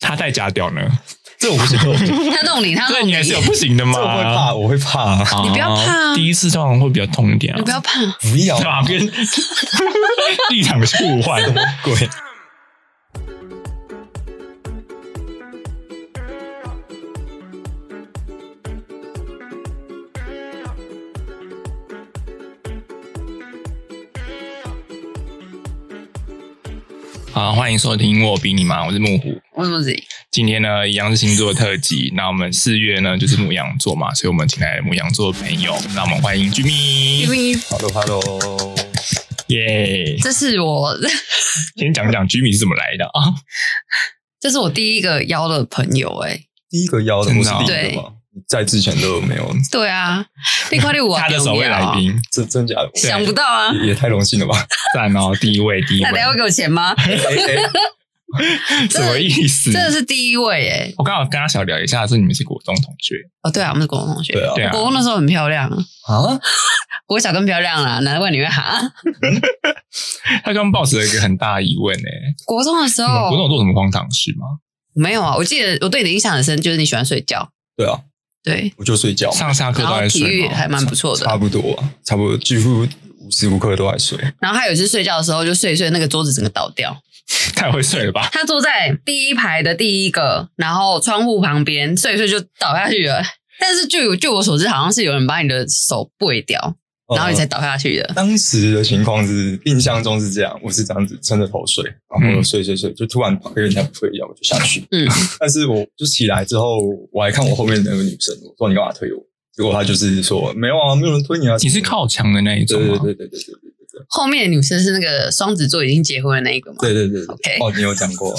他戴假屌呢？这我不 行，他弄你，他这弄你你，还是有不行的嘛。这我会怕，我会怕，啊你不要怕啊第一次通常会比较痛一点啊你不。要怕。不 要干嘛跟立场是互换的？鬼。好，欢迎收听我比你忙，我是木虎。我怎么自己？今天呢，一样是星座特 辑。那我们四月呢，就是母羊座嘛，所以我们请来母羊座的朋友。那我们欢迎 Jimmy， Hello，Hello，耶！这是我， 先讲讲 Jimmy 是怎么来的啊？这是我第一个邀的朋友哎、第一个邀的真的我是哦第一个吗？在之前都有没有？对啊，那块六 我他的首位来，宾，这真假的？ 想不到啊。也也太荣幸了吧！赞 哦，第一位，第一那位等，一下会给我钱吗？嗯哎哎哎什么意思这？个是第一位哎、我刚好跟他小聊一下，是你们是国中同学，哦，对啊，我们是国中同学，对啊对啊国中的时候很漂亮，啊！国小更漂亮啦，难怪你会哈。 他刚抱持了一个很大的疑问呢、国中的时你们嗯候国中有做什么荒唐事吗？没有啊，我记得我对你的印象很深，就是你喜欢睡觉，对啊，对，我就睡觉，上下课哦然都后在体育睡还吗？蛮不错的，差不多啊，差不多，几乎无时无刻都 在睡。然后还有一次睡觉的时候就睡一睡，那个桌子整个倒掉。太会睡了吧？他坐在第一排的第一个，然后窗户旁边，睡一睡就倒下去了。 但是据据我所知，好像是有人把你的手跪掉，然后你才呃倒下去的。当时的情况是，印象中是这样，我是这样子撑着头睡，然嗯后睡睡睡，就突然被人家推一下，我就下去。嗯， 但是我就起来之后，我还看我后面的那个女生，我说你干嘛推我？结果她就是说没有啊，没有人推你啊。你是靠墙的那一种对对吗？对对对对对后面的女生是那个双子座已经结婚的那一个吗？对对对对 OK 对。哦，你有讲过啊。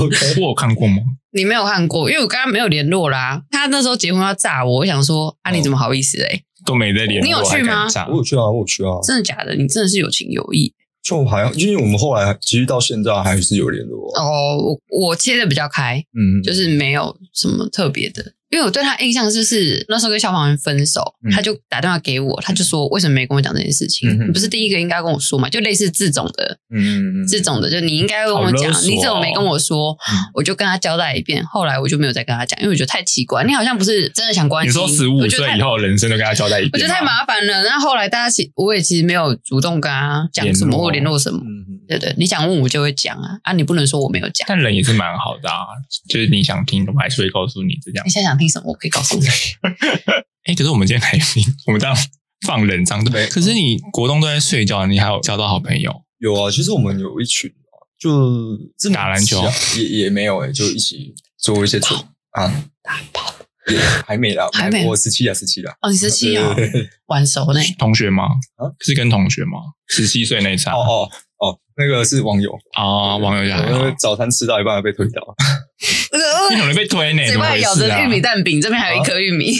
OK，啊 我有看过吗？你没有看过，因为我跟他没有联络啦。他那时候结婚要炸我，我想说啊，你怎么好意思嘞、都没在联络，你有去吗还敢炸我有去啊，我有去啊。真的假的？你真的是有情有义就好像因为我们后来其实到现在还是有联络啊。哦。我我切的比较开，嗯，就是没有什么特别的。因为我对他印象就是那时候跟消防员分手，嗯他就打电话给我，他就说为什么没跟我讲这件事情？嗯哼你不是第一个应该跟我说嘛？就类似这种的，嗯嗯嗯这种的，就你应该跟我讲好勒，索哦你怎么没跟我说？嗯我就跟他交代一遍，后来我就没有再跟他讲，因为我觉得太奇怪，你好像不是真的想关你心。说十五我觉得岁太以后人生都跟他交代一遍吗，我觉得太麻烦了。然后后来大家其我也其实没有主动跟他讲什联么络或联络什么，嗯嗯对对，你想问我就会讲啊，啊，你不能说我没有讲。但人也是蛮好的啊，就是你想听，我们还是会告诉你这样你。现在想听什么？我可以告 诉你。哎、可是我们今天来宾， 我们这样放冷场，对不对？对可是你国中都在睡觉，你还有交到好朋友，有啊，其实我们有一群啊就这么打篮球小也也没有哎、就一起做一些蠢啊，也还没啦，还没我十七啊，十七啦。哦，你十七哦，对对对晚熟 呢。同学吗？啊是跟同学吗？十七岁那一场哦哦哦，那个是网友啊，网友就还好我那个早餐吃到一半被推倒， 你很容易被推呢，呃嘴怎么巴回咬事着啊？玉米蛋饼，这边还有一颗玉米。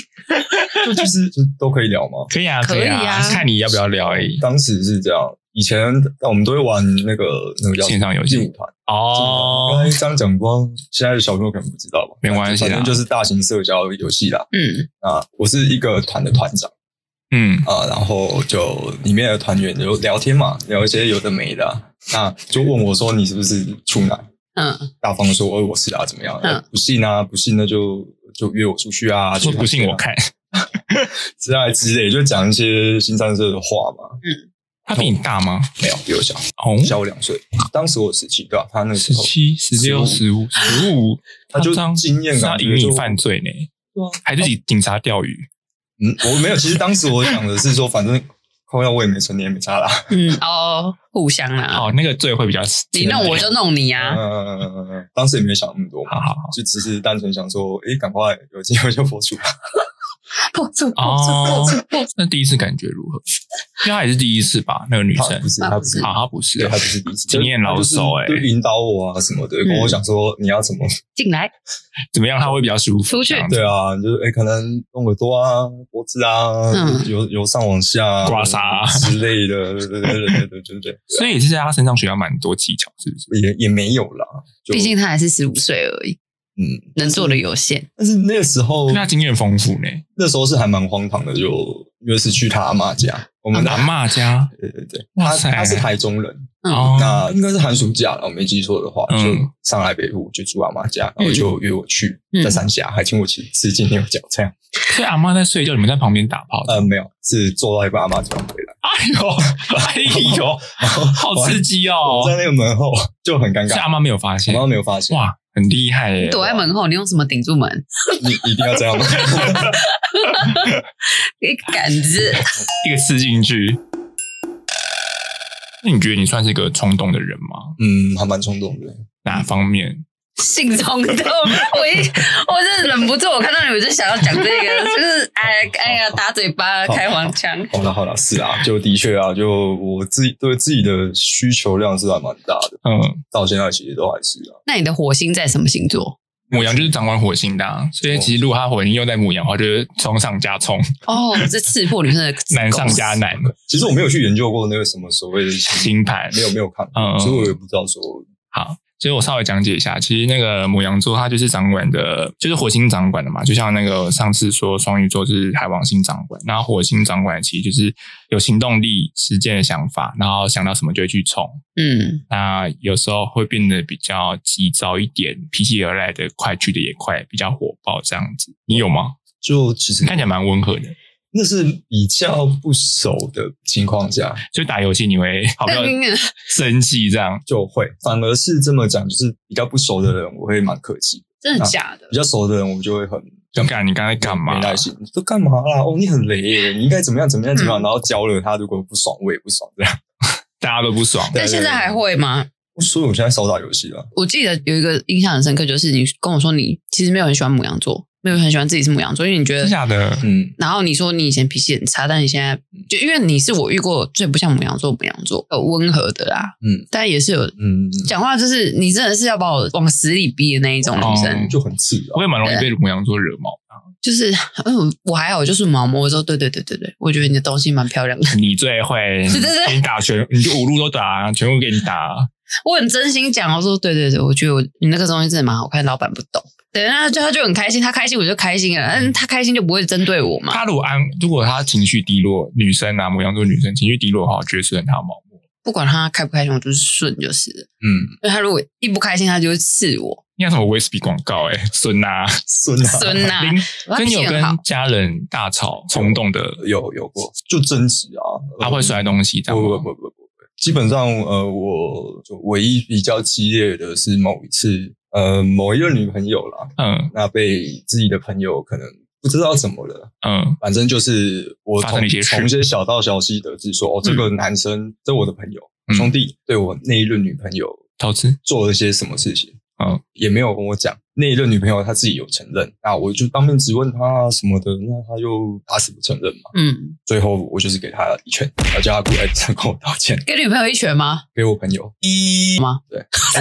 就就是就都可以聊嘛。可以啊，可以啊啊，看你要不要聊而已。当时是这样，以前我们都会玩那个那个叫线上游戏劲舞团。哦，哎，这样讲光现在的小朋友可能不知道吧？没关系啦反正就是大型社交游戏啦。嗯，啊，我是一个团的团长。嗯，啊，然后就里面的团员有聊天嘛，聊一些有的没的啊、那就问我说你是不是处男？嗯，大方说，哦，我是啊，怎么样？嗯呃不信啊，不信那就就约我出去啊，说去不信我看看，之类之类，就讲一些新三社的话嘛。他比你大吗？没有，比我小，哦，小我两岁。当时我十七，对吧、他那个时十候，七、十六、十五、十五， 他就这样经验是感要觉引就你犯罪呢，对啊还是警警察钓鱼？嗯，我没有。其实当时我想的是说，反正后来我也没成年，也没差啦。嗯，哦，互相啦，好，那个罪会比较，你弄我就弄你啊。嗯，当时也没想那么多好嘛，好好就只是单纯想说，诶，赶快有机会就播出。破处，哦破处，破处。那第一次感觉如何？因为她也是第一次吧，那个女他生不，是，他不是，好，她不是哦对，他不是第一次，经验老手欸他就是就引导我啊什么的，跟我讲说你要怎么，进来，怎么样？她会比较舒服，出去这样子对啊，就是诶，可能动耳朵啊、脖子啊嗯，由由上往下刮痧啊之类的，对对对对对对对对，所以也是在她身上学到蛮多技巧，是不是？也也没有啦，就毕竟他还是十五岁而已，嗯，能做的有限。但是那个时候那她经验丰富呢？那时候是还蛮荒唐的，就因为是去他阿妈家，我们的阿嬷家对对对，啊哇他塞他是台中人，嗯哦，那应该是寒暑假了，我没记错的话，嗯就上来北部就住阿妈家，然后就约我去嗯在三峡，还请我吃吃金牛角这样。所以阿嬷在睡觉，你们在旁边打炮。呃，没有，是坐到一半阿妈突然回来，哎呦，哎 呦，然后好刺激哦我！在那个门后就很尴所以阿尬，妈没有发现我，妈没有发现，哇，很厉害耶！躲在门后，你用什么顶住门？你一定要 这样吗？一杆子， 一个刺进去。那你觉得你算是一个冲动的人吗？嗯，还蛮冲动的。哪方面？性冲动，我一我真的忍不住，我看到你们就想要讲这个，就是哎哎呀，打嘴巴，好开黄腔，好了好了，是啊，就的确啊，就我自己对自己的需求量是还蛮大的，嗯，到现在其实都还是啊。那你的火星在什么星座？母羊就是掌管火星的、啊，所以其实如果他火星又在母羊的话，就是冲上加冲，哦，这刺破女生的难上加难，其实我没有去研究过那个什么所谓的星，星盘没有没有看过，嗯嗯所以我也不知道说好，所以我稍微讲解一下，其实那个母羊座它就是掌管的，就是火星掌管的嘛，就像那个上次说双鱼座是海王星掌管，然后火星掌管其实就是有行动力、实践的想法，然后想到什么就会去冲，嗯，那有时候会变得比较急躁一点，脾气也来得快，去的也快，比较火爆这样子。你有吗？就其实看起来蛮温和的，那是比较不熟的情况下就打游戏你会好那像你生气这样。就会，反而是这么讲，就是比较不熟的人，我会蛮客气；真的假的比？较熟的人，我就会很就干你刚才干嘛没？耐心，你都干嘛啦？哦，你很雷耶，你应该怎么样怎么样怎么样，嗯然后教了他，如果不爽，我也不爽这样。大家都不爽。但现在还会吗？嗯所以我现在少打游戏了，我记得有一个印象很深刻，就是你跟我说你其实没有很喜欢母羊座，没有很喜欢自己是母羊座，因为你觉真得的假的？嗯，然后你说你以前脾气很差，但你现在就因为你是我遇过最不像母羊座母羊座呃温和的啦，嗯但也是有嗯，讲话就是你真的是要把我往死里逼的那一种女生，哦就很刺啊我。也蛮容易被母羊座惹毛。就是嗯我还好，就是毛毛我说对对对对对，我觉得你的东西蛮漂亮的，你最会，对对对给你打全，你就五路都打，全部给你打。我很真心讲，我说对对对，我觉得我你那个东西真的蛮好看，老板不懂。对，那就他就很开心，他开心我就开心了，嗯，他开心就不会针对我嘛。他如果安，如果他情绪低落，女生啊，母羊座女生情绪低落的话，我觉得是很他毛目。不管他开不开心，我就是顺就是了。嗯，因为他如果一不开心，他就会刺我。 你看什么威士忌广告、欸？哎，孙啊，孙啊，孙呐、林他跟脾你气有很跟好。家人大吵冲动的，有有过就争执啊，他会摔东西这样不吗不不不不，基本上呃，我就唯一比较激烈的是某一次，呃，某一个女朋友啦，嗯那被自己的朋友可能不知道怎么了，嗯反正就是我发生从了一些事从一些小道消息得知说，哦，这个男生，这我的朋友、嗯兄弟，对我那一任女朋友投资，做了些什么事情，嗯，也没有跟我讲。那一任女朋友她自己有承认，那我就当面质问她啊什么的，那她就打死不承认嘛。嗯，最后我就是给她一拳，然后叫她过来再跟我道歉。给女朋友一拳吗？给我朋友一吗？对，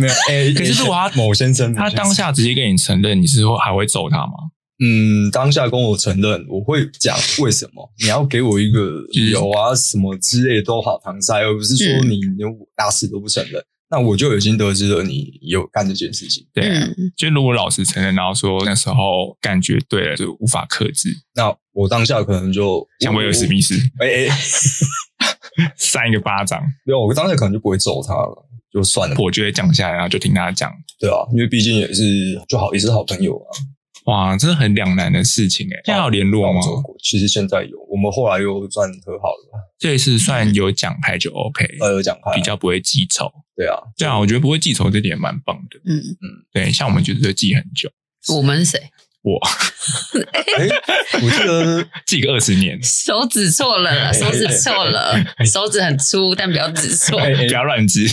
没有。哎、可是如果他某先生，他某先生当下直接跟你承认，你是会还会揍他吗？嗯，当下跟我承认，我会讲为什么，你要给我一个理由啊，什么之类都好搪塞，而不是说嗯你连我打死都不承认。那我就已经得知了你有干这件事情，对啊，嗯，就如果老实承认，然后说那时候感觉对了，就无法克制，那我当下可能就像威尔史，密斯哎哎，扇一个巴掌，没有，我当下可能就不会揍他了，就算了，火就会降下来，然后就听他讲。对啊，因为毕竟也是就好，也是好朋友啊，哇，这是很两难的事情哎、欸，现在有联络吗帮？做过。其实现在有，我们后来又算和好了，这一次算有讲牌就 OK，呃，有讲开，比较不会记仇。对啊，对啊，我觉得不会记仇这点蛮棒的。嗯，对，像我们就是记很久，我们是谁？我哎，我记 得记个二十年，手指错了啦，手指 错了，手指很粗，但不要指错。哎哎不要乱 记。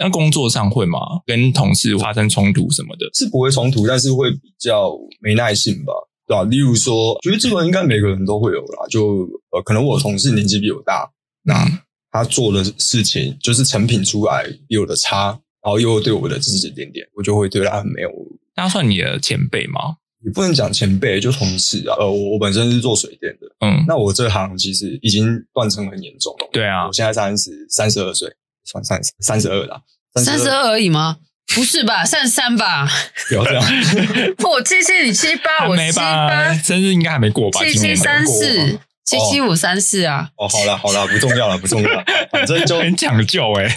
那工作上会吗？跟同事发生冲突什么的？是不会冲突，但是会比较没耐性吧，对啊吧、例如说，觉得这个应该每个人都会有啦，就呃，可能我同事年纪比我大，那他做的事情就是成品出来比我的差，然后又对我的指指点点，我就会对他很没有。大家算你的前辈吗？也不能讲前辈，就同事啊。呃，我我本身是做水电的，嗯，那我这行其实已经断层很严重了。对啊我，现在三十三十二岁，算三十三十二啦，三十二而已吗？不是吧，三十三吧？哦不要这样。我七七，你七八，还我没七吧？八，生日应该还没过吧？七今七年三过四吗，七七五三四啊，哦，好啦好啦，不重要了，不重 要啦，反正就很讲究哎、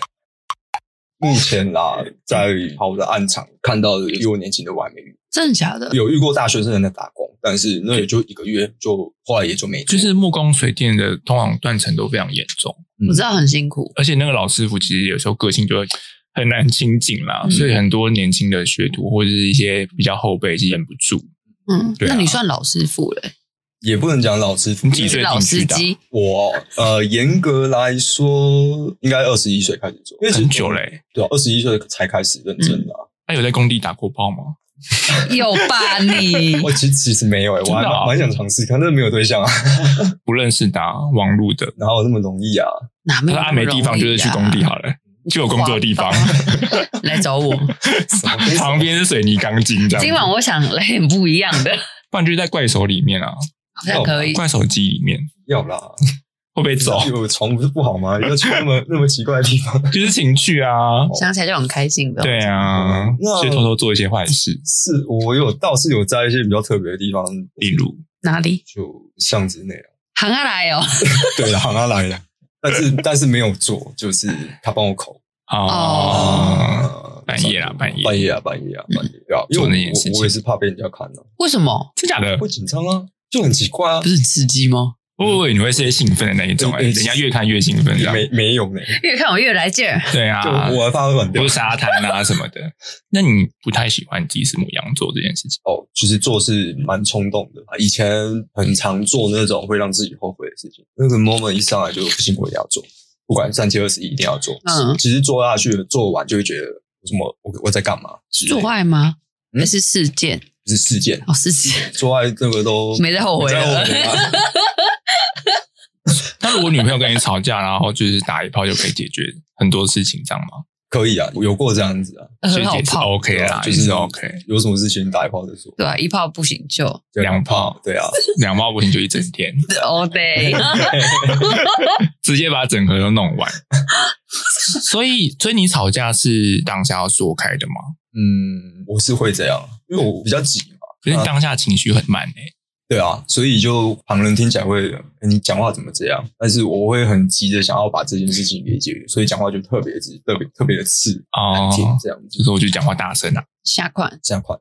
目前啦，在好的暗场看到的比我年轻的我还没遇，真的假的？有遇过大学生在打工，但是那也就一个月，就后来也就没做。就是木工水电的通往断层都非常严重，我知道很辛苦，而且那个老师傅其实有时候个性就会很难亲近啦，嗯所以很多年轻的学徒或者是一些比较后辈其实忍不住。嗯，对啊那你算老师傅嘞，也不能讲老师傅你，几岁老司啊机，我呃，严格来说应该二十一岁开始做，因为其实很久嘞、对啊，二十一岁才开始认真的啊。他有在工地打过炮吗？有吧 你？我其实其实没有哎、嗯真我的还啊蛮蛮想尝试，可能没有对象啊，不认识的啊、网路的，哪有那么容易 啊？哪没有他那啊么啊没地方就是去工地好了， 去我工作的地方，容易啊， 来找 我。什么意思旁边是水泥钢筋这样。今晚，我想来点不一样的，不然就是在怪手里面啊，好像可以。怪手机里面要啦，会不会 走？有床不是不好吗？要去那么那么奇怪的地方，就是情趣 啊，想起来就很开心的。对啊嗯，那所以偷偷做一些坏事，是我有倒是有在一些比较特别的地方，例如哪里？就巷子内啊，行啊来哦，对了，行啊来了，但是但是没有做，就是他帮我口哦啊，啊，半夜啦半夜半夜啊，半夜啊，半夜啊，因为做我那件事情我我也是怕被人家看啊，为什么？真假的？会紧张啊，就很奇怪啊不，是很刺激吗？不不不，你会是兴奋的那一种，哎，对人家越看越兴奋，这样没没有呢，越看我越来劲儿。对就啊，我还怕会软掉有。沙滩啊什么的。那你不太喜欢自己是母羊座这件事情？哦，就是做事蛮冲动的，啊以前很常做那种会让自己后悔的事情。那个 moment 一上来就不行，我一定要做，不管三七二十一，一定要做。嗯其实做下去了，做完就会觉得有什么我我在干嘛之类的？做爱吗？嗯还是事件？不是事件，哦，事件做爱这个都没在后悔没在了后。悔啊那如果女朋友跟你吵架，然后就是打一炮就可以解决很多事情，这样吗？可以啊，有过这样子啊，啊所 很以好也是泡， OK 啦，就也是是 OK。有什么事情打一炮再说，对啊，一炮不行就两炮，对 啊，两猫不行就一整天， all Oh, day。直接把整盒都弄完。所以，所以你吵架是当下要说开的吗？嗯，我是会这样，因为我比较急嘛，可是当下情绪很欸慢诶、对啊，所以就旁人听起来会，诶你讲话怎么这样？但是我会很急的想要把这件事情给解决，所以讲话就特别直，特别特别的刺，难听哦，这样子就是我就讲话大声啊，下款这样快，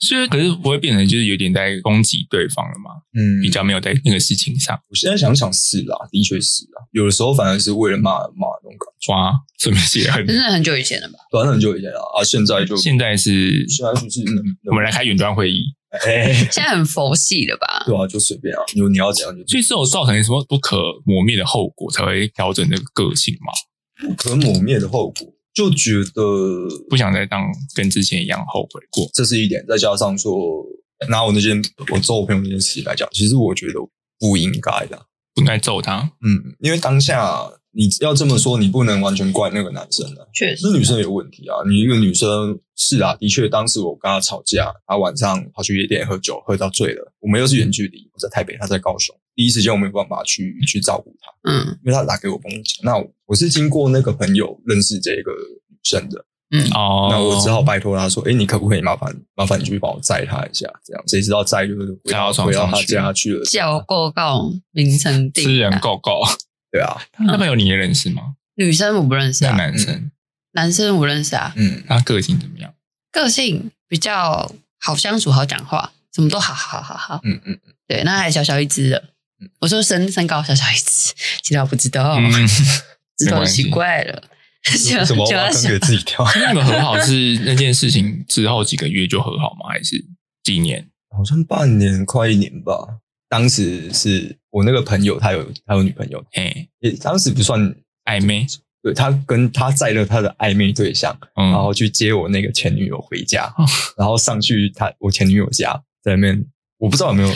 所以可是不会变成就是有点在攻击对方了嘛，嗯比较没有在那个事情上我现在想想是啦，的确是啦，有的时候反而是为了骂骂那种感觉，抓，什么也很这。是很久以前了吧？反正很久以前了啊，现在就现现在是，在就是啊嗯能我们来开远端会议，能哎，现在很佛系了吧？对啊，就随便啊，有你要怎样就所以是有造成什么不可磨灭的后果，才会调整这个个性嘛，不可磨灭的后果，就觉得不想再当跟之前一样后悔过。这是一点，再加上说，拿我那件我揍我朋友那件事情来讲，其实我觉得不应该的。不应该揍他，嗯，因为当下你要这么说，你不能完全怪那个男生啊，确实，是女生有问题啊。你一个女生是啊，的确，当时我跟她吵架，她晚上跑去夜店喝酒，喝到醉了。我们又是远距离，我在台北，她在高雄，第一时间我没有办法去去照顾她，嗯因为她打给我跟我讲，那我是经过那个朋友认识这个女生的，嗯，哦，那我只好拜托他说：“哎、你可不可以麻烦麻烦你去帮我载他一下？”这样，谁知道载就是回载到到床回到上他去家去了。叫够告名成定。啊吃人够够。对啊，那朋友你也认识吗？女生我不认识那啊，男生男生我认识啊。嗯，他个性怎么样？个性比较好相处，好讲话，什么都好好好好。嗯嗯，对，那还小小一只的嗯。我说身身高小小一只， 其他我不知道，哦 嗯，知没道关系奇怪了。 就什么就挖要坑想给自己跳？那你们和好是那件事情之后几个月就和好吗？还是几年？好像半年快一年吧。当时是我那个朋友，他有他有女朋友，哎，也当时不算暧昧，对他跟他载了他的暧昧对象，嗯然，后去接我那个前女友回家，哦然后上去他我前女友家，在那边我不知道有没有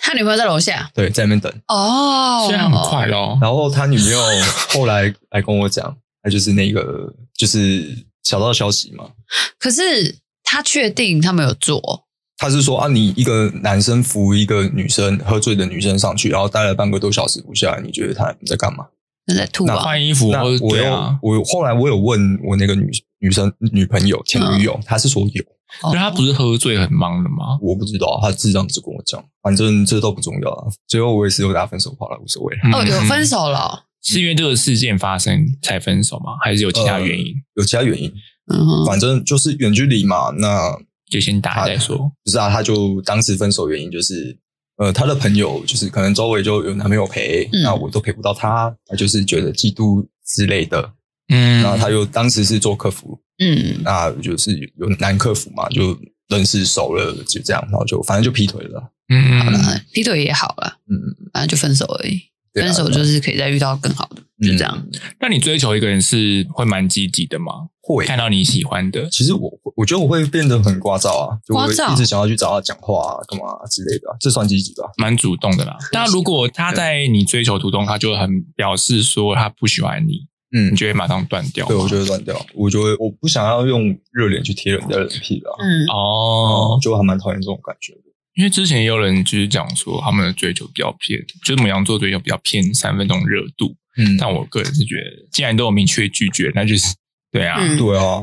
他女朋友在楼下对在那边等。哦，虽然很快咯，然后他女朋友后来来跟我讲，他就是那个就是小道消息嘛，可是他确定他们有做，他是说啊，你一个男生扶一个女生喝醉的女生上去，然后待了半个多小时不下来，你觉得他在干嘛？他在吐啊，换衣服那或我对又、啊，我后来我有问我那个女女生女朋友前女友，她是说有，哦但他不是喝醉很忙的吗？我不知道，他是这样子跟我讲，反正这都不重要啊。最后我也是有打分手炮了，无所谓啦。哦，有分手了哦，嗯是因为这个事件发生才分手吗？还是有其他原因？有其他原因，嗯，反正就是远距离嘛。那就先打再说。不是啊，他就当时分手原因就是，呃，他的朋友就是可能周围就有男朋友陪，嗯那我都陪不到他，他就是觉得嫉妒之类的。嗯，那他又当时是做客服，嗯，那就是有男客服嘛，就认识熟了，就这样，然后就反正就劈腿了。嗯好了，劈腿也好了，嗯，反正就分手而已。对啊嗯分手就是可以再遇到更好的，就这样。那你追求一个人是会蛮积极的吗？会看到你喜欢的，其实我我觉得我会变得很聒噪啊，就我会聒噪一直想要去找他讲话啊、干嘛、之类的啊、这算积极的啊、蛮主动的啦。那如果他在你追求途中，他就很表示说他不喜欢你，嗯你，就会马上断掉吗。对，我就会断掉，我就会我不想要用热脸去贴人家的冷屁的、啊，嗯，哦哦，，就还蛮讨厌这种感觉的。因为之前也有人就是讲说他们的追求比较偏，就是母羊座追求比较偏三分钟热度。嗯但我个人是觉得，既然都有明确拒绝，那就是 对啊，嗯对啊，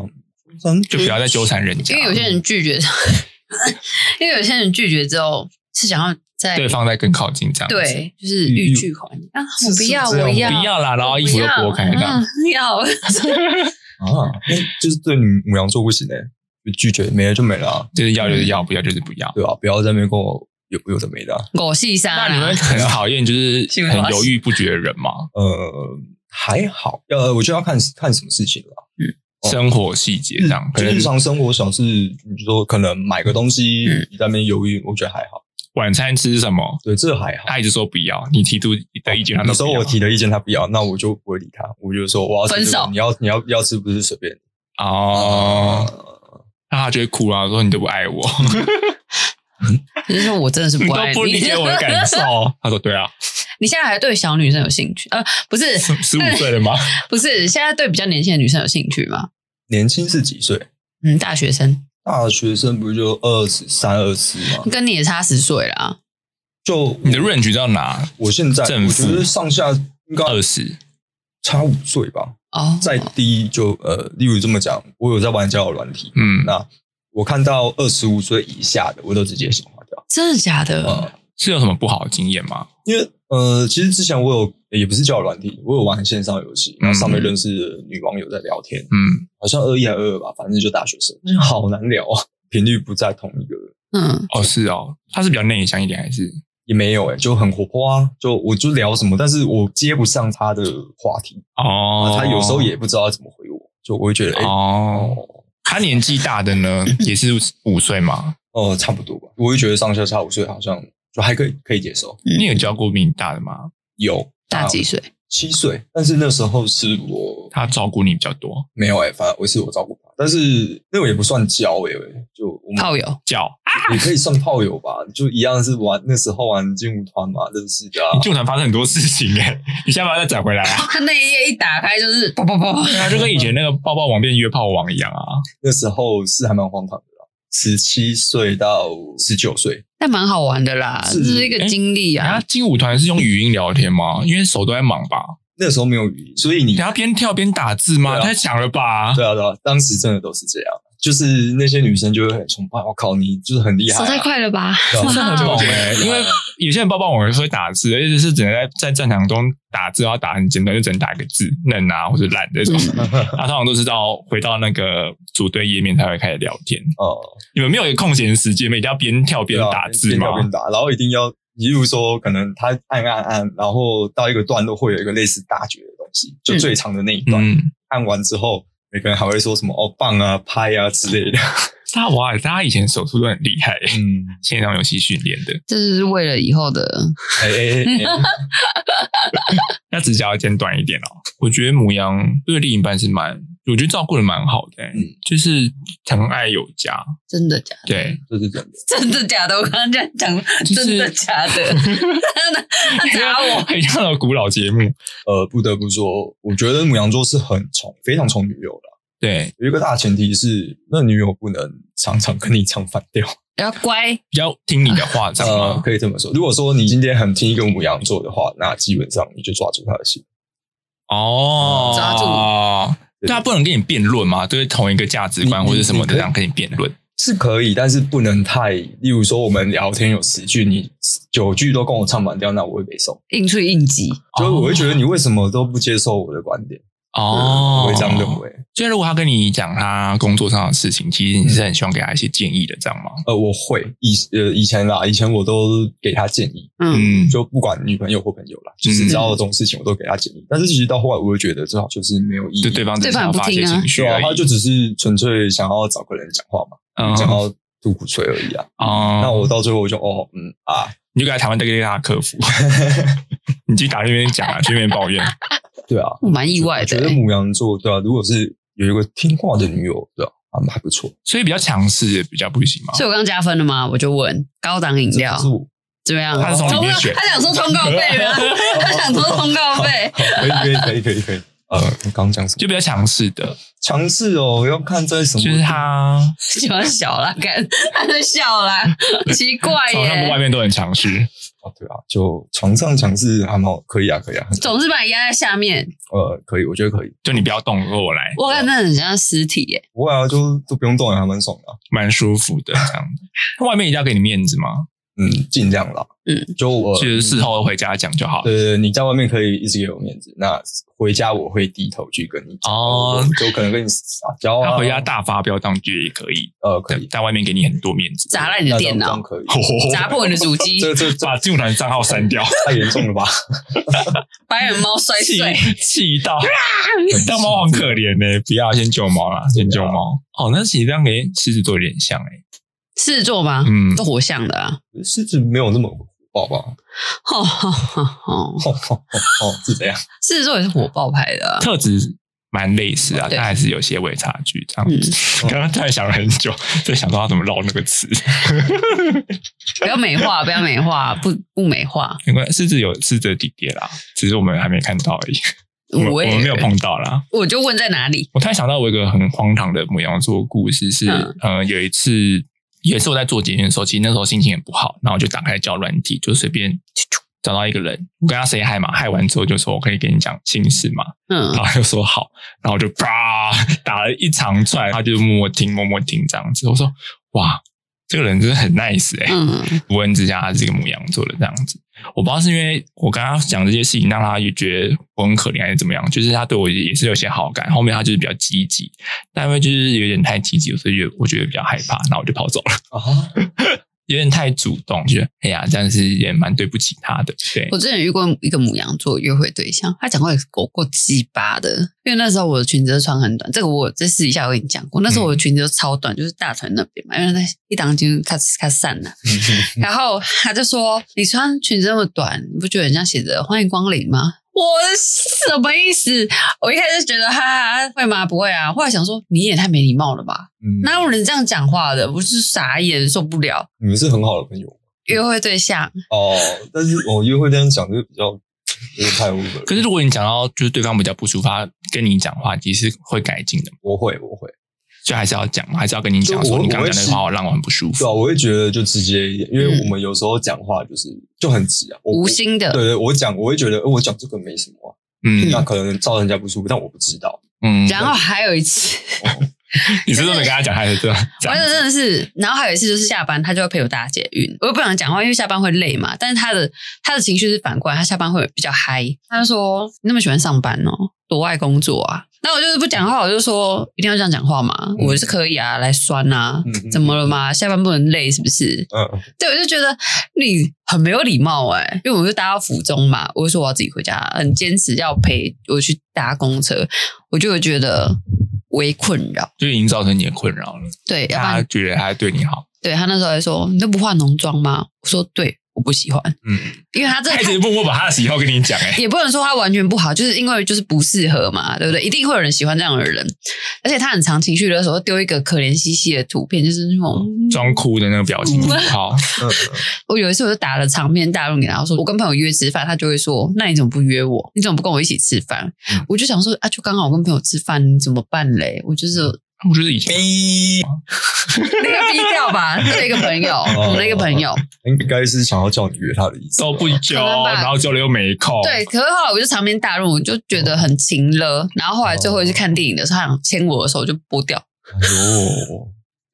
反正就不要再纠缠人家。因为有些人拒绝， 因为有些人拒绝之后是想要在对方在更靠近这样子。对，就是欲拒还迎啊，是我不要，是这样我吗要，不要啦，然后我衣服不就要拨开这样嗯。不要，啊，那就是对你母羊座不行哎、就拒绝没了就没了、啊，就是要就是要，不要就是不要。对吧、啊不要在那边跟我有有的没的啊、我细沙那啦。你会很讨厌 就是性格很花犹豫不决的人吗？呃，还好，呃，我就要看看什么事情了啊。哦生活细节这嗯样，可嗯就能日常生活小事，你说可能买个东西，嗯你在那边犹豫，我觉得还好。晚餐吃什么，对，这还好。他一直说不要，你提出的意见他你都不说要我提的意见他不要，那我就不会理他。我就说我要吃分这个手你要你要要吃不是随便。呃哦，那他就会哭啊，说你都不爱我，你是说我真的是你不爱。都不理解我的感受 他说对啊， 你现在还对小女生有兴趣？呃，不是，十五岁了吗？不是，现在对比较年轻的女生有兴趣吗？年轻是几岁？嗯，大学生大学生不就二十三、二十吗？跟你也差十岁啦。就你的 range 到哪？我现在，正我觉负得上下应该二十差五岁吧，哦，再低就呃，例如这么讲，我有在玩交友软体，嗯，那我看到二十五岁以下的，我都直接先划掉。真的假的？哦嗯呃，是有什么不好的经验吗？因为呃，其实之前我有也不是交友软体，我有玩线上游戏，然后上面认识的女网友在聊天，嗯，好像二一还二二吧，反正就大学生，好难聊啊，频率不在同一个，嗯，哦是哦，他是比较内向一点还是？也没有哎、就很活泼啊，就我就聊什么，但是我接不上他的话题，哦，他有时候也不知道怎么回我，就我会觉得哎、哦，哦他年纪大的呢也是五岁嘛？哦，差不多吧，我会觉得上下差五岁好像就还可以可以接受，你有教过比你大的吗？有大几岁？七岁，但是那时候是我他照顾你比较多，没有哎、反正我是我照顾他，但是那个也不算交哎、就我们炮友？叫也可以算炮友吧，就一样是玩那时候玩劲舞团嘛，认识的、啊你。就团发生很多事情哎，你下把再转回来啊？他那一页一打开就是 砰砰砰，对啊，就跟以 前那个抱抱网变约炮网一样啊。那时候是还蛮荒唐的啦，十七岁到十九岁，那蛮好玩的啦，是这是一个经历然啊后。劲舞团是用语音聊天吗？因为手都在忙吧？那时候没有语音，所以你你对要边跳边打字吗？对啊太强了吧！啊对啊，当时真的都是这样，就是那些女生就会很崇拜，我靠你就是很厉害、手啊，太快了吧？对啊真的很猛哎、因为嗯有些人抱抱网是会打字，而且是只能在在战场中打字，然后打很简单，就只能打一个字“嫩”啊或者“懒”嗯这种。 那、通常都是到回到那个组队页面才会开始聊天。哦，你们没有一个空闲时间吗？一定要边跳边对啊打字边吗跳？边打，然后一定要，例如说，可能他按按按，然后到一个段落会有一个类似大绝的东西，就最长的那一段，嗯，按完之后，每个人还会说什么哦棒啊、拍啊之类的。大家啊哇，大家以前手速都很厉害、 欸，嗯，线上游戏训练的。这是为了以后的 哎哎哎哎，那指甲要剪短一点哦。我觉得母羊对另一半是蛮，我觉得照顾的蛮好的、欸，嗯就是疼爱有加。真的假的？ 对，这是真的。真的假的？我刚刚这样讲， 就是真的假的？ 他 打我，很像那种古老节目。呃，不得不说，我觉得母羊座是很宠，非常宠女友的。对，有一个大前提是，那女友不能常常跟你唱反 调。要乖，比较听你的话，这样呃，吗？可以这么说。如果说你今天很听一个母羊座的话，那基本上你就抓住他的心。呃嗯哦，啊抓住对他不能跟你辩论嘛，对同一个价值观你或者什么的，你这样跟你辩论。是可以，但是不能太。例如说，我们聊天有十句，你九句都跟我唱反调，那我会被送。应出应急，就是我会觉得你为什么都不接受我的观点？哦，我会这样认为。就是如果他跟你讲他工作上的事情，其实你是很希望给他一些建议的，这样吗？呃，我会以呃以前啦，以前我都给他建议，嗯，嗯，就不管女朋友或朋友啦，就是只要有这种事情，我都给他建议。但是其实到后来，我会觉得这好就是没有意义。对对方只是想要发泄情绪对啊，而已，哦他就只是纯粹想要找个人讲话嘛，嗯想要吐苦水而已啊。哦，那我到最后我就哦嗯啊，你就给他台湾带给他客 服， 你去打那边讲啊，去那边抱怨，对啊，我蛮意外我觉的得欸。母羊座对啊，如果是有一个听话的女友，对啊，啊还不错。所以比较强势比较不行嘛。所以我刚加分了吗？我就问高档饮料这是我 怎么样？哦他是从里面选他想说通 告费吗？他想说通告费。 可以可以可以可以可以。呃，你刚刚讲什么？就比较强势的，强势哦，要看在什么。就是他喜欢小啦，看他在笑 啦，奇怪床上跟外耶，面都很强势，哦，对啊，就床上强势还蛮好，可以啊， 可以啊，总是把你压在下面，呃，可以，我觉得可以。就你不要动，由我来，我看真的很像尸体耶。不会啊，就都不用动，还蛮爽的啊、蛮舒服的这样子。那外面一定要给你面子吗？嗯，尽量啦。嗯，就我就是事后回家讲就好了。对对对，你在外面可以一直给我面子，那回家我会低头去跟你讲哦，就可能跟你撒娇啊。他回家大发飙，当局也可以，呃可在以在外面给你很多面子，砸烂你的那这电样这脑样，可以， 砸破你的主 机，这这这把进团账号删 掉，太严重了吧？把你的猫摔气碎。气到，啊但猫很可怜呢、不要先救猫啦，先啊救猫。哦，那其实这样跟狮子座有点像哎、狮子座吗？嗯都火象的啊。 狮子没有那么火爆吧？吼吼吼吼哦哦哦，是这样。狮子座也是火爆牌的啊。特质蛮类似啊，对但还是有些微差距这样子。 刚刚突然想了很久，在想到要怎么绕那个词。 不要美化，不要美化，不不美化。没关系，狮子有狮子的底爹啦，只是我们还没看到而已，我们我也们没有，碰到啦。我就问在哪里？我突然想到我有一个很荒唐的母羊座故事是，嗯呃，有一次也是我在做节目的时候，其实那时候心情很不好，然后我就打开交友软体，就随便找到一个人，我跟他 say hi 嘛，嗨完之后就说我可以跟你讲心事嘛，嗯然，后他就说好，然后我就啪打了一长串，他就默默听默默听这样子，我说哇，这个人真的很 nice 哎、嗯，无人之下，他是一个母羊座的这样子。我不知道是因为我跟他讲这些事情，让他也觉得我很可怜，还是怎么样？就是他对我也是有些好感。后面他就是比较积极，但因为就是有点太积极，所以我觉得比较害怕，那我就跑走了。啊，有点太主动，觉得哎呀，这样是也蛮对不起他的。对我，之前遇过一个母羊座约会对象，他讲话也是狗过鸡巴的，因为那时候我的裙子都穿很短，这个我再试一下，我跟你讲过，那时候我嗯的裙子都超短，就是大腿那边嘛，因为那一当就咔哧咔哧散了。嗯然后他就说：“你穿裙子那么短，你不觉得很像写着‘欢迎光临’吗？”我是什么意思？我一开始觉得哈哈会吗？不会啊。后来想说你也太没礼貌了吧？嗯哪有人这样讲话的？我是傻眼，受不了。你们是很好的朋友约会对象哦，但是我约会这样讲就比较有点太 over 可是了。如果你讲到就是对方比较不舒服，他跟你讲话，其实会改进的，我会，我会，就还是要讲嘛，还是要跟你讲就说我你刚刚我会讲那句话让我很不舒对啊，服。我会觉得就直接一点，因为我们有时候讲话就是就很直啊，我无。心我的，对对，我讲我会觉得，呃我讲这个没什么啊、嗯那可能造成人家不舒服，但我不知道。嗯，然后还有一次，你是不是没跟他讲，还是这样？这我样就真的是，然后还有一次就是下班，他就会陪我搭捷运，我又不想讲话，因为下班会累嘛。但是他的他的情绪是反过来，他下班会比较嗨，他就说：“你那么喜欢上班哦，多爱工作啊。”那我就是不讲话，我就说一定要这样讲话嘛，嗯我是可以啊，来酸啊，嗯怎么了嘛？下班不能累是不是？嗯，对，我就觉得你很没有礼貌哎、因为我就搭到府中嘛，我就说我要自己回家，很坚持要陪我去搭公车，我就会觉得为困扰。就已经造成你的困扰了。对，啊要不然他觉得他对你好，对他那时候还说：“你都不化浓妆吗？”我说：“对，我不喜欢。”嗯，因为他这他一直默默把他的喜好跟你讲、欸，也不能说他完全不好，就是因为就是不适合嘛，对不对？一定会有人喜欢这样的人，而且他很常情绪的时候丢一个可怜兮兮的图片，就是那种装。哭的那个表情符号，嗯我有一次我就打了长篇大论给他，我说我跟朋友约吃饭，他就会说：“那你怎么不约我？你怎么不跟我一起吃饭？”嗯我就想说啊，就刚好我跟朋友吃饭，你怎么办嘞？我就是我就是以前，B 那个逼掉吧，那个一个朋友，哦我的一个朋友，应该是想要叫你约他的意思吧。都不揪，可能吧然后揪了又没空，哦对，，可是后来我就长篇大论，我就觉得很哦勤了。然后后来最后一次看电影的时候，他想牵我的时候我就拨掉，哎呦，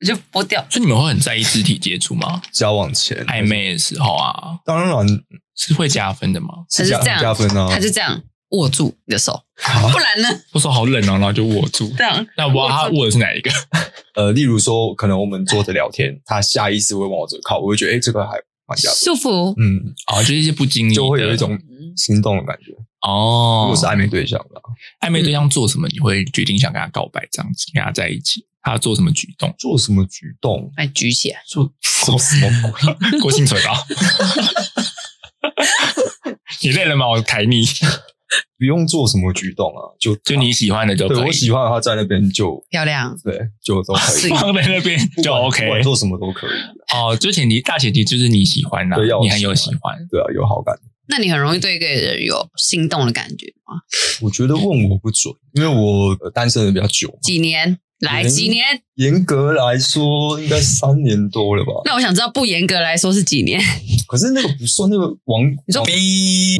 我就剥掉。所以你们会很在意肢体接触吗？交往前暧，昧的时候啊，当然是会加分的吗？他是是加这样加分啊，他就这样握住你的手，啊不然呢？我手好冷哦，然后就握住。这样那我不知道他握的是哪 一个？呃，例如说，可能我们坐着聊天，他下意识会往我这靠，我会觉得哎、诶这个还蛮 加分，舒服。嗯，哦，就是一些不经意的，就会有一种嗯心动的感觉。如哦果。是暧昧对象的话，暧昧对象做什么，你会决定想跟他告白这样子，跟他在一起，他做什么举动？ 做什么举动，哎，举起来，做什么什么鬼？ 郭姓锤吧。 你累了吗？我抬你，不用做什么举动啊，就 就你喜欢的就可以对我喜欢的话，在那边就漂亮。对就都可是以，放在那 边 就不管不 OK 管做什么都可以。哦。就前提大前提就是你喜欢呐、啊对要你很有喜喜欢，对啊，有好感。那你很容易对一个人有心动的感觉吗？我觉得问我不准，因为我呃单身的比较久嘛，几年来嗯几年？严格来说应该三年多了吧。那我想知道，不严格来说是几年可是那个不算那个王，你说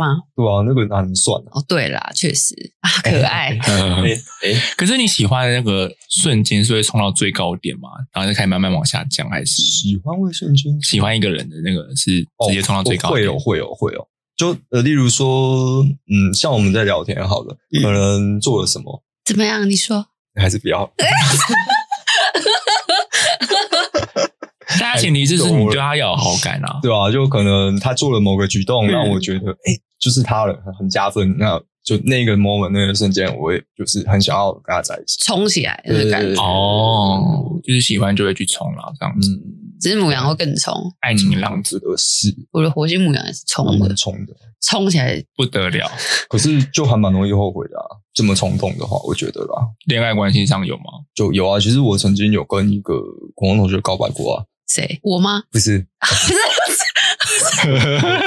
王吗？对啊，那个哪能算啊？哦，对啦，确实啊，可爱。嗯。 哎、可是你喜欢的那个瞬间是会冲到最高点嘛，然后再开始慢慢往下降，还是喜欢卫生巾，喜欢一个人的那个是直接冲到最高哦点？会哦，会哦，会哦。就呃，例如说，嗯，像我们在聊天好了，嗯可能做了什么，怎么样？你说还是比较但前提哎就是你对他要有好感啊。对啊，就可能他做了某个举嗯动，让我觉得哎、诶就是他了，很很加分。那就那个 moment 那个瞬间，我也就是很想要跟他在一起。冲起来的感对对觉对，哦，就是喜欢就会去冲了，这样子，嗯，只是母羊会更冲。爱情浪子子的是我的火星母羊也是冲蛮的嗯蛮，冲的，冲起来不得了。可是就还蛮容易后悔的、啊。这么冲动的话，我觉得啦，恋爱关系上有吗？就有啊。其实我曾经有跟一个国中同学告白过啊，谁？我吗？不是？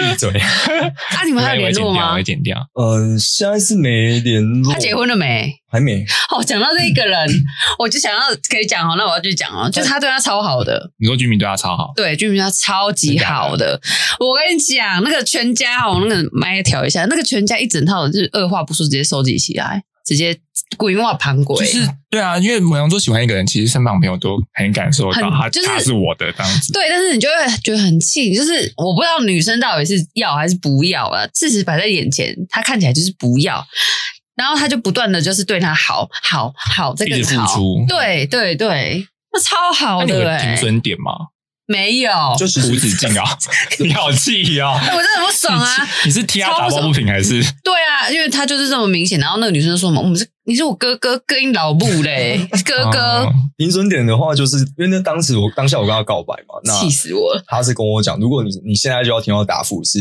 闭嘴。 啊，你们还有联络吗我会？剪掉。嗯，现在是没联络。他结婚了没？还没？哦，讲到这个人， 我就想要可以讲哦，那我要去讲哦，就他对他超好的，你说居民对他超好，对俊明他超级好的。我跟你讲，那个全家哦，那个麦调一下，那个全家一整套就是二话不说直接收集起来，直接鬼话盘鬼，就是对啊，因为母羊座喜欢一个人，其实身旁朋友都很感受到很他，就是他是我的这样子。对，但是你就会觉得很气，就是我不知道女生到底是要还是不要啊。事实摆在眼前，她看起来就是不要，然后她就不断的就是对她好好好，这一个直付好出，对啊对对，那超好嗯那你的、有停欸，损点吗？没有，就无是止境 啊！你好气啊！哎我真的很不 爽啊！你是替他打抱不平还是？对啊，因为他就是这么明显，然后那个女生就说什么：“我们是你是我哥哥，哥你老母嘞，哥哥哦，停损点的话，就是因为那当时我当下我跟他告白嘛，那气死我了。他是跟我讲，如果你你现在就要听到答复是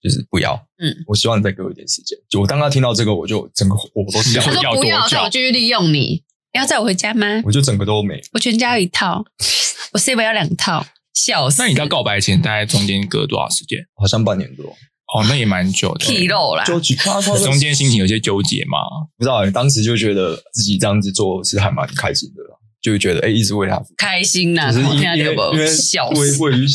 就是不要，嗯，我希望你再给我一点时间。就我当他听到这个，我就整个火都消他我 了，说要不多要，久但我继续利用你。你要载我回家吗？我就整个都没。我全家有一套，我 C 本要两套，笑死。那你到告白前大概中间隔多少时间？好像半年多，哦，那也蛮久的。屁肉啦，就举他他中间心情有些纠结嘛？不知道、欸，当时就觉得自己这样子做是还蛮开心的啦，就会觉得哎、欸一直为他付开心啦，出，就是啊我因听到因为有因没为有笑为死？为于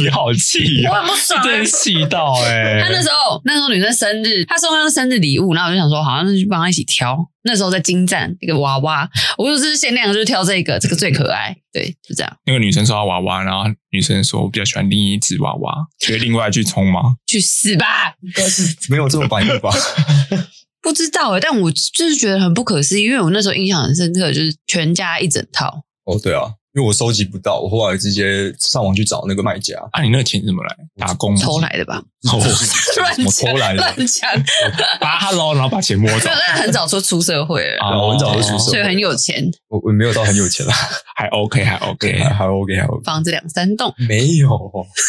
你好气我啊！很 不爽啊。真气到欸哎！他那时候，那时候女生生日，她送她生日礼物，然后我就想说，好，那就去帮她一起挑。那时候在金站一个娃娃，我就是限量就是挑这个，这个最可爱，对，就这样。那个女生说她娃娃，然后女生说我比较喜欢另一只娃娃，觉得另外去冲吗？去死吧！应该 是没有这种反应吧？ 不知道哎、但我就是觉得很不可思议，因为我那时候印象很深刻，就是全家一整套，哦，对啊，因为我收集不到，我后来直接上网去找那个卖家，啊，你那个钱怎么来？打嗯工吗偷来 的吧？哦，乱我讲偷来的乱，讲，没把他捞，然后把钱摸走 有，，但很早说出社会了，啊我很早就出社所以会，很有钱，我我没有到很有钱啦，还 OK，还 OK 还。还 OK 还 OK，房子两三栋。没有。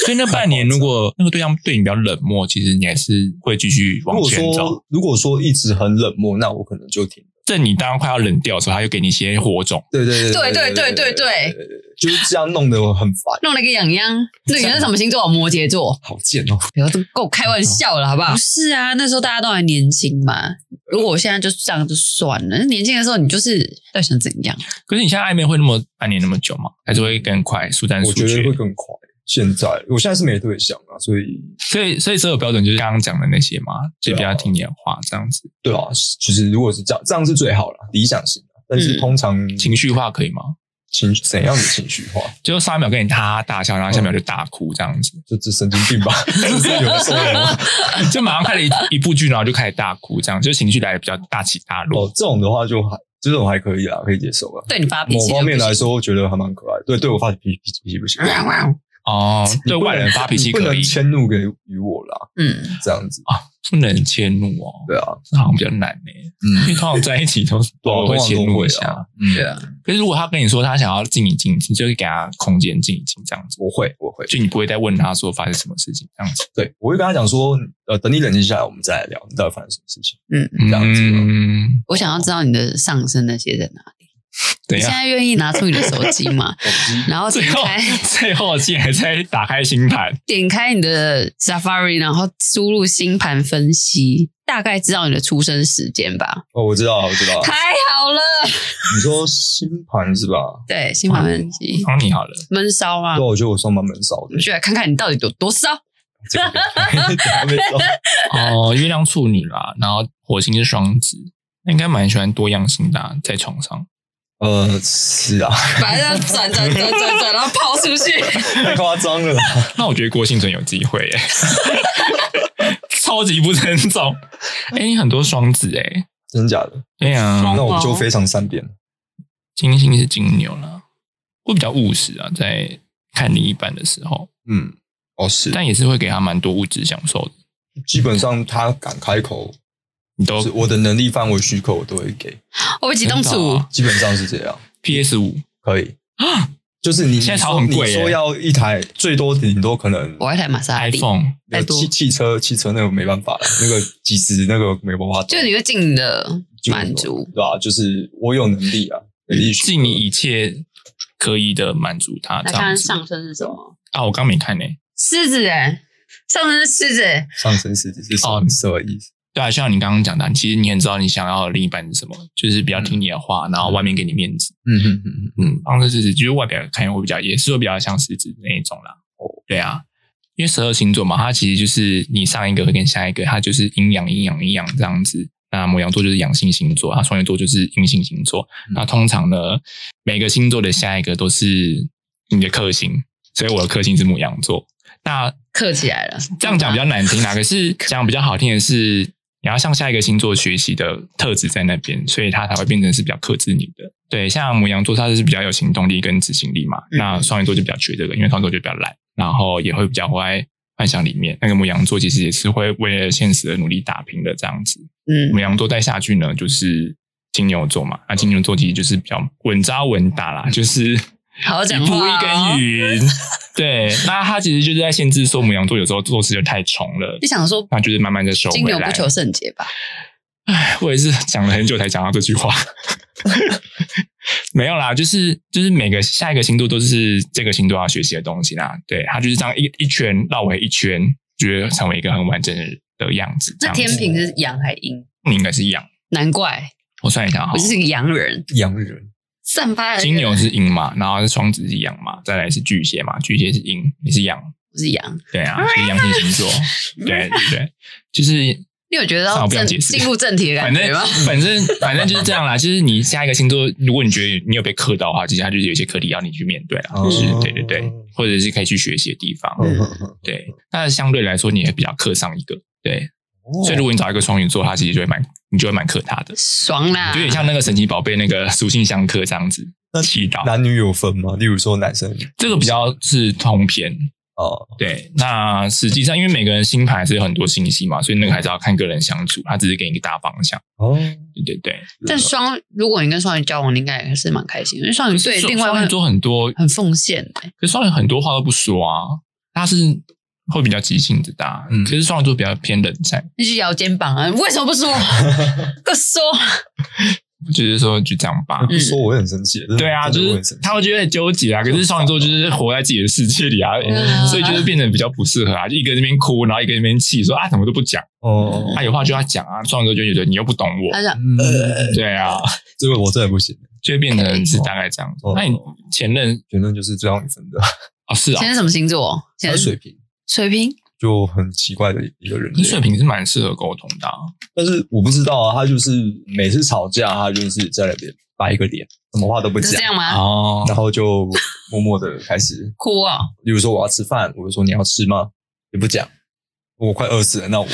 所以那半年，如果那个对象对你比较冷漠，其实你还是会继续如往果前走。说如果说一直很冷漠，那我可能就停。在你当快要冷掉的时候，他又给你一些火种。对对对对对对对对，就是这样弄得我很烦，弄了一个痒痒，那女生什么星座？摩羯座。好贱哦。不要这么跟我开玩笑了，好不呃好？不是啊，那时候大家都还年轻嘛。如果我现在就这样就算了，那年轻的时候你就是要想怎样？可是你现在暧昧会那么半年那么久吗？还是会更快速战我速觉得会决？更快。现在我现在是没对象啊，所以所以，所以所有标准就是刚刚讲的那些嘛，就不对要啊听你的话，这样子。对啊，其实如果是这样，这样是最好了，理想型的。但是嗯通常情绪化可以吗？情怎样的情绪化？就上一秒跟你哈哈大笑，然后下一秒就大哭这样子，就这神经病吧， 这是有受了吗？就马上看了一一部剧，然后就开始大哭，这样就情绪来的比较大起大落。哦，这种的话就还这种还可以啦，可以接受啊。对你发脾某气方面就不来行说，我觉得还蛮可爱的。对，对我发脾气脾气不行，哦，对你不能外人发脾气你不可能以，迁怒给于我啦，嗯，这样子。不能迁怒哦，对啊，这好像比较难呢，因嗯，为通常在一起都是都啊会迁怒一下。嗯对，啊，可是如果他跟你说他想要静一静，你就会给他空间静一静这样子，我会，我会，就你不会再问他说发生什么事情这样子，对我会跟他讲说，呃，等你冷静下来，我们再来聊，你到底发生什么事 情？嗯，这样子？嗯，我想要知道你的上身那些在哪里。等一你现下，在愿意拿出你的手机吗手机然后点最后开最后竟然在打开星盘，点开你的 Safari，然后输入星盘分析，大概知道你的出生时间吧？哦，我知道，我知道。太好了，你说星盘是吧？对，星盘分析帮你好了。闷骚啊对，，我觉得我算蛮闷骚我的们，就来看看你到底有多骚。这 个还没到哦，月亮处女啦，然后火星是双子，那应该蛮喜欢多样性的啊、在床上。呃，是啊，把它转转转转转，然后抛出去。太夸张了啦。那我觉得郭幸存有机会耶，超级不尊重。哎、你很多双子哎，真假的？对呀、双啊，那我们就非常善变。金星是金牛啦，会比较务实啊，在看另一半的时候，嗯，哦是，但也是会给他蛮多物质享受的。基本上他敢开口，你都啊是我的能力范围许可，我都会给，我们启动处，啊基本上是 这样。 PS 五可以，就是你现在炒很贵你耶说要一台最多顶多可能我要台玛莎拉蒂， iPhone 那再个多汽汽车汽车那个没办 法了，那个几十那个没办法，就你会尽你的满足。对吧？就是我有能力啊，能力许嗯可尽你一切可以的满足他这来样看子上身是什么？啊！我刚没看呢、狮子哎，上身是狮子，欸上升是是什哦么什么意思？对啊，像你刚刚讲的，其实你很知道你想要的另一半是什么，就是比较听你的话，然后外面给你面子。嗯嗯嗯，嗯，然后就是就是外表看起来会比较，也是会比较像狮子那一种啦。哦，对啊，因为十二星座嘛，它其实就是你上一个会跟下一个，它就是阴阳阴阳阴阳这样子。那母羊座就是阳性星座，它双鱼座就是阴性星座。嗯那通常呢，每个星座的下一个都是你的克星，所以我的克星是母羊座。那刻起来了。这样讲比较难听啦，可 是讲比较好听的是，你要向下一个星座学习的特质在那边，所以它才会变成是比较克制你的。对，像母羊座，它就是比较有行动力跟执行力嘛。嗯那双鱼座就比较缺这个，因为双鱼座就比较懒，然后也会比较活在幻想里面。那个母羊座其实也是会为了现实而努力打拼的这样子。嗯母，羊座再下去呢，就是金牛座嘛。啊那金牛座其实就是比较稳扎稳打啦，就是好好一讲步话一哦根 云。对，那他其实就是在限制说母羊座有时候做事就太冲 了你，想说那就是慢慢的收回来。金牛不求甚解吧？唉， 我也是讲了很久才讲到这句话。 没有啦，就是就是每个下一个星座都是这个星座要学习的东西啦。对，他就是这样一一圈绕回一圈，觉得成为一个很完整的样子。这那样子天平是阳还阴？你应该是一样，难怪我算一下哈我，就是个洋人，洋人散发的金牛是阴嘛，然后是双子是阳嘛，再来是巨蟹嘛，巨蟹是阴，你是阳，不是阳。对啊，是阳性星座，对对对，就是你有觉得算到了不想正解释进入正题的反感觉正吗？反正反正就是这样啦。就是你下一个星座，如果你觉得你有被克到的话，其实它就是有一些课题要你去面对啦，哦就是对对对，或者是可以去学习的地方。嗯对，那相对来说你也比较克上一个，对。哦嗯所以如果你找一个双鱼座，他其实就会蛮你就会蛮克他的，爽啦！就有点像那个神奇宝贝那个 属性相克这样子。那祈祷哦男女有分吗？例如说男生这个比较是通篇，哦，对，那实际上因为每个人星盘还是有很多信息嘛，所以那个还是要看个人相处，他只是给你一个大方向。哦，对对对，但双，如果你跟双鱼交往，你应该也是蛮开心的，因为双鱼对双另外一双鱼半座很多很奉献欸可是双鱼很多话都不说啊，他是会比较急性子的、啊，嗯可是双鱼座比较偏冷战，那就摇肩膀啊，为什么不 说？不说，就是说就这样吧。不说我会很生气。真的啊对啊，就嗯真的会很是生气他会觉得很纠结啊，可是双鱼座就是活在自己的世界里啊，嗯所以就是变得比较不适合啊，就一个在那边哭，然后一个在那边气，说啊怎么都不讲，哦，啊有话就要讲啊，双鱼座就觉得你又不懂他我，想呃，对啊，这个我真的不行，就会变成是大概这样子哦。那你前任反正就是这样分的。 哦是啊现，在什么星座？现还在有水平，水瓶，就很奇怪的一个人类。你水瓶是蛮适合沟通的、啊，但是我不知道啊，他就是每次吵架，他就是在那边摆一个脸，什么话都不是讲这，样吗？哦，然后就默默的开始哭哦，例如说我要吃饭，我就说你要吃吗？也不讲，我快饿死了，那我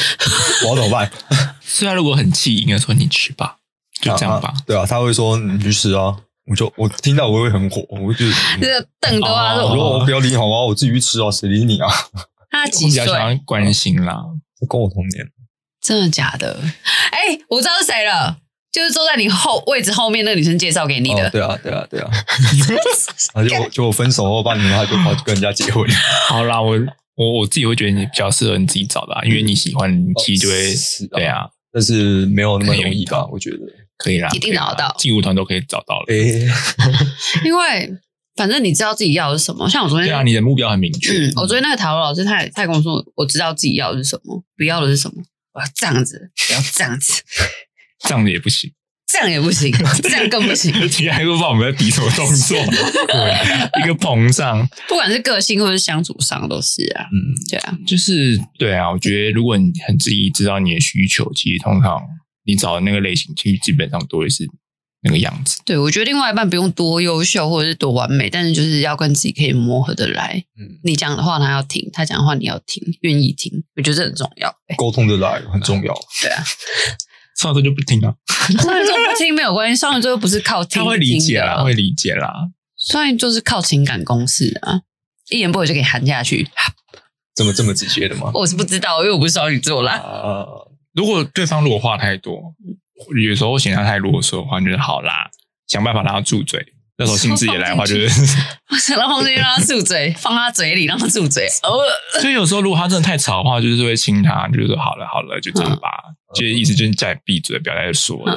我要怎么办？虽然如果很气，应该说你去吧， 就这样吧啊。对啊，他会说你去吃啊，我就我听到我会很火，我 就这个瞪的话嗯哦我说说我不要理你好吗？我自己去吃啊，谁理你啊？他我几比较岁？喜欢关心啦，跟我同年，真的假的？哎，我知道是谁了，就是坐在你后位置后面那个女生介绍给你哦的。对啊，对啊，对啊， 他就就我分手后半年，他就跑去跟人家结婚，好啦，我我我自己会觉得你比较适合你自己找的、啊，因为你喜欢，你其实就会、哦是对，啊，但是没有那么容易吧？我觉得，可以啦，一定可以啦找得到劲舞团都可以找到了。诶， 因为反正你知道自己要的是什么。像我昨天，对啊，你的目标很明确，嗯 嗯，我昨天那个塔罗老师他也他也跟我说，我知道自己要的是什么，不要的是什么。我要这样子，不要这样子，这样子也不行。 这样也不行，这样更不行。你还不知道我们在比什么动 作，对，一个膨胀，不管是个性或是相处上都是啊，嗯，对啊，就是对啊。我觉得如果你很自己知道你的需求，其实通常你找的那个类型，其实基本上都会是那个样子。对我觉得另外一半不用多优秀或者是多完美，但是就是要跟自己可以磨合的来。嗯你讲的话他要听，他讲的话你要听，愿意听，我觉得这很重要。哎沟通的来很重要，对啊，上次就不听啊，双鱼座不听没有关系，双鱼座又不是靠听， 他会理解啦，啊，会理解啦。双鱼座是靠情感攻势的啊。一言不合就给喊下去， 这么这么直接的吗？我是不知道，因为我不是双鱼座啦。啊，如果对方如果话太多，有时候嫌他太啰嗦的话，你就是好啦，想办法让他住嘴。那时候兴致也来的话，就是我想到放进去让他住嘴，放他嘴里让他 住嘴。哦， 所以有时候如果他真的太吵的话，就是会亲他，就是说好了好了，就这样吧，就是意思就是叫你闭嘴，不要再说了。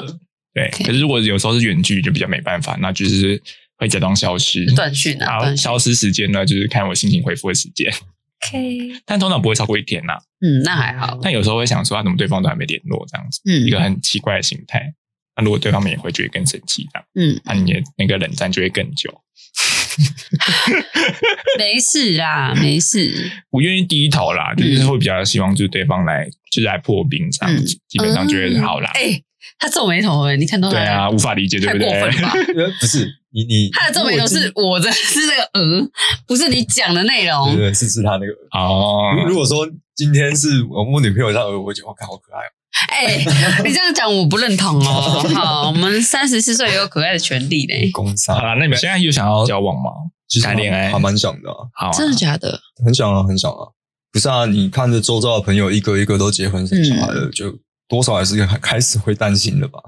对嗯 OK 可是如果有时候是远距离，就比较没办法，那就是会假装消失。断讯啊，然后断讯。消失时间呢，就是看我心情恢复的时间， OK，但通常不会超过一天呐、嗯，那还好。但有时候会想说，啊，怎么对方都还没联络这样子，嗯一个很奇怪的心态。那如果对方面也会觉得更生气，这样，嗯，那你的那个冷战就会更久。没事啦，没事。不愿意低头啦，嗯就是会比较希望就是对方来，就是来破冰这样嗯子，基本上就会好啦。哎，他皱眉头哎，你看到他对啊，无法理解，对太不过对？分了吧？呃不是你你他的皱眉头 是我的，是那个呃，不是你讲的内对容。对，是是他那个。哦，如如果说今天是我我女朋友她耳，我觉得我看好可爱哦。哎、你这样讲我不认同哦。好，我们三十四岁也有可爱的权利 呢。工哎好伤，啦，那你们现在有想要交往吗？啊其实谈恋爱还蛮想的啊，好啊，真的假的？很想啊，很想啊。不是啊，你看着周遭的朋友一个一个都结婚生小孩嗯了，就多少还是开始会担心的吧？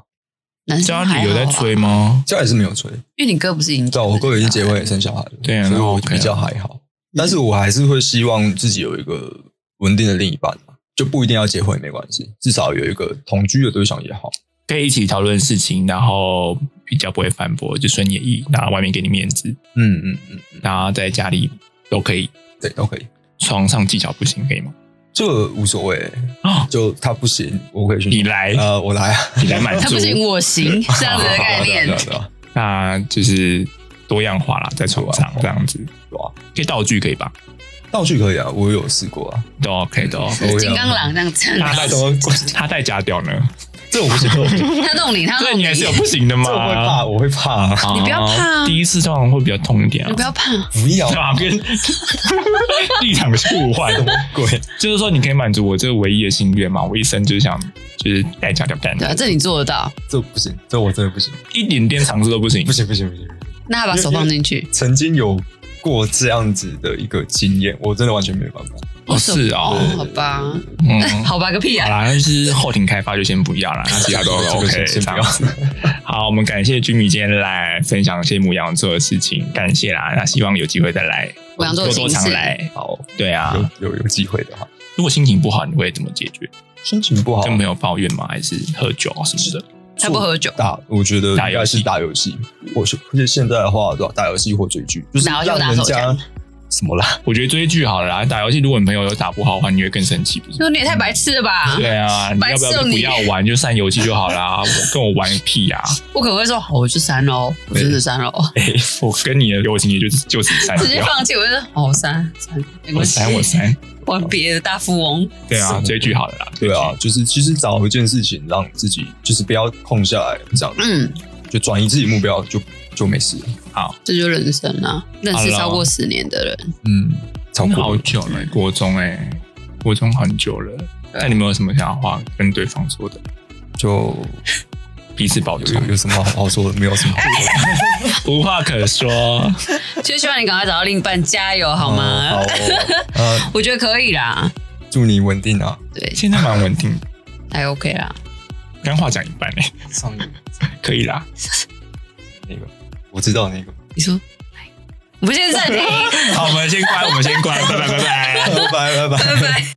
男生家还里有好啊在吧催？吗？家里是没有催，因为你哥不是已经对啊，我哥已经结婚也生小孩了，对啊所以那我 OK 啊比较还好。但是我还是会希望自己有一个稳定的另一半啊，就不一定要结婚也没关系，至少有一个同居的对象也好。可以一起讨论事情，然后比较不会反驳，就顺你的意，那外面给你面子，嗯嗯嗯嗯，然后在家里都可以，对，都可以，床上技巧不行可以吗？这无所谓。啊，就他不行，我可以去你来，呃，我来啊，你来满他足不，行，我行，这样子的概念 对啊。对啊那就是多样化啦，在床上多样化这样子，对啊，可以道具可以吧？道具可以啊，我有试过啊，都 OK 都 OK。金刚狼这样子，他带什么鬼 他带假屌呢？这我不行，这我不行他弄你，他所以弄你还是有不行的这我会嘛怕，。我会怕啊，哦你不要怕啊第一次通常会比较痛一点啊你不。要怕，不要对吧？跟 立场的互换，鬼，就是说你可以满足我这唯一的心愿嘛。我一生就是想，就是带假屌干对啊，这你做得到。这不行，这我真的不行，一点点尝试都不行不。行不行不行，那他把手放进去，曾经有过这样子的一个经验，我真的完全没办法。哦，是哦，好吧，嗯，好吧个屁好啊！啦，那就是后庭开发就先不要啦，那其他都 这 OK 个先这先不样要子。 好，我们感谢君米今天来分享一些母羊座的事情，感谢啦。那希望有机会再来，母羊座多的多心常事来。好，对啊，有有有机会的话，如果心情不好，你会怎么解决？心情不好跟朋友抱怨吗？还是喝酒啊什么的？他不喝酒，打，我觉得打应游该戏啊是打游戏，或是或者现在的话，对吧？打游戏或追剧，就是打游戏让或打人手家枪什么啦？我觉得追剧好了啦，打游戏如果你朋友有打不好的话，你会更生气，不是吗？说你也太白痴了吧！对啊，你白要痴不要哦就不你要玩，就删游戏就好啦。我跟我玩个屁啊呀、我可能会说好，我就删喽，我真的删喽，哎我跟你的友情也就就此删直接掉。放弃。我就说好，我删删，没我关系删，我 删，玩别的大富翁。对啊，追剧好了啦。对啊，就是其实找一件事情让自己就是不要空下来，这样嗯，就转移自己目标就就没事了。这就是人生啊！认识好了超过十年的人，嗯，超真的过好久了，国中哎、国中很久了。那你们有什么想要话跟对方说的？就彼此保有重有，有什么哎好好说的？没有什么好说 的。无话可说。就希望你赶快找到另一半，加油好嗯好吗？哦，呃，我觉得可以啦，祝你稳定啊！对，现在蛮稳定，还 OK 啦。刚话讲一半哎、上一个可以啦。那个，我知道那 个。你说，哎我们现在暂停， 好，我们先关，我们先关，拜拜拜拜。拜拜拜拜。拜拜。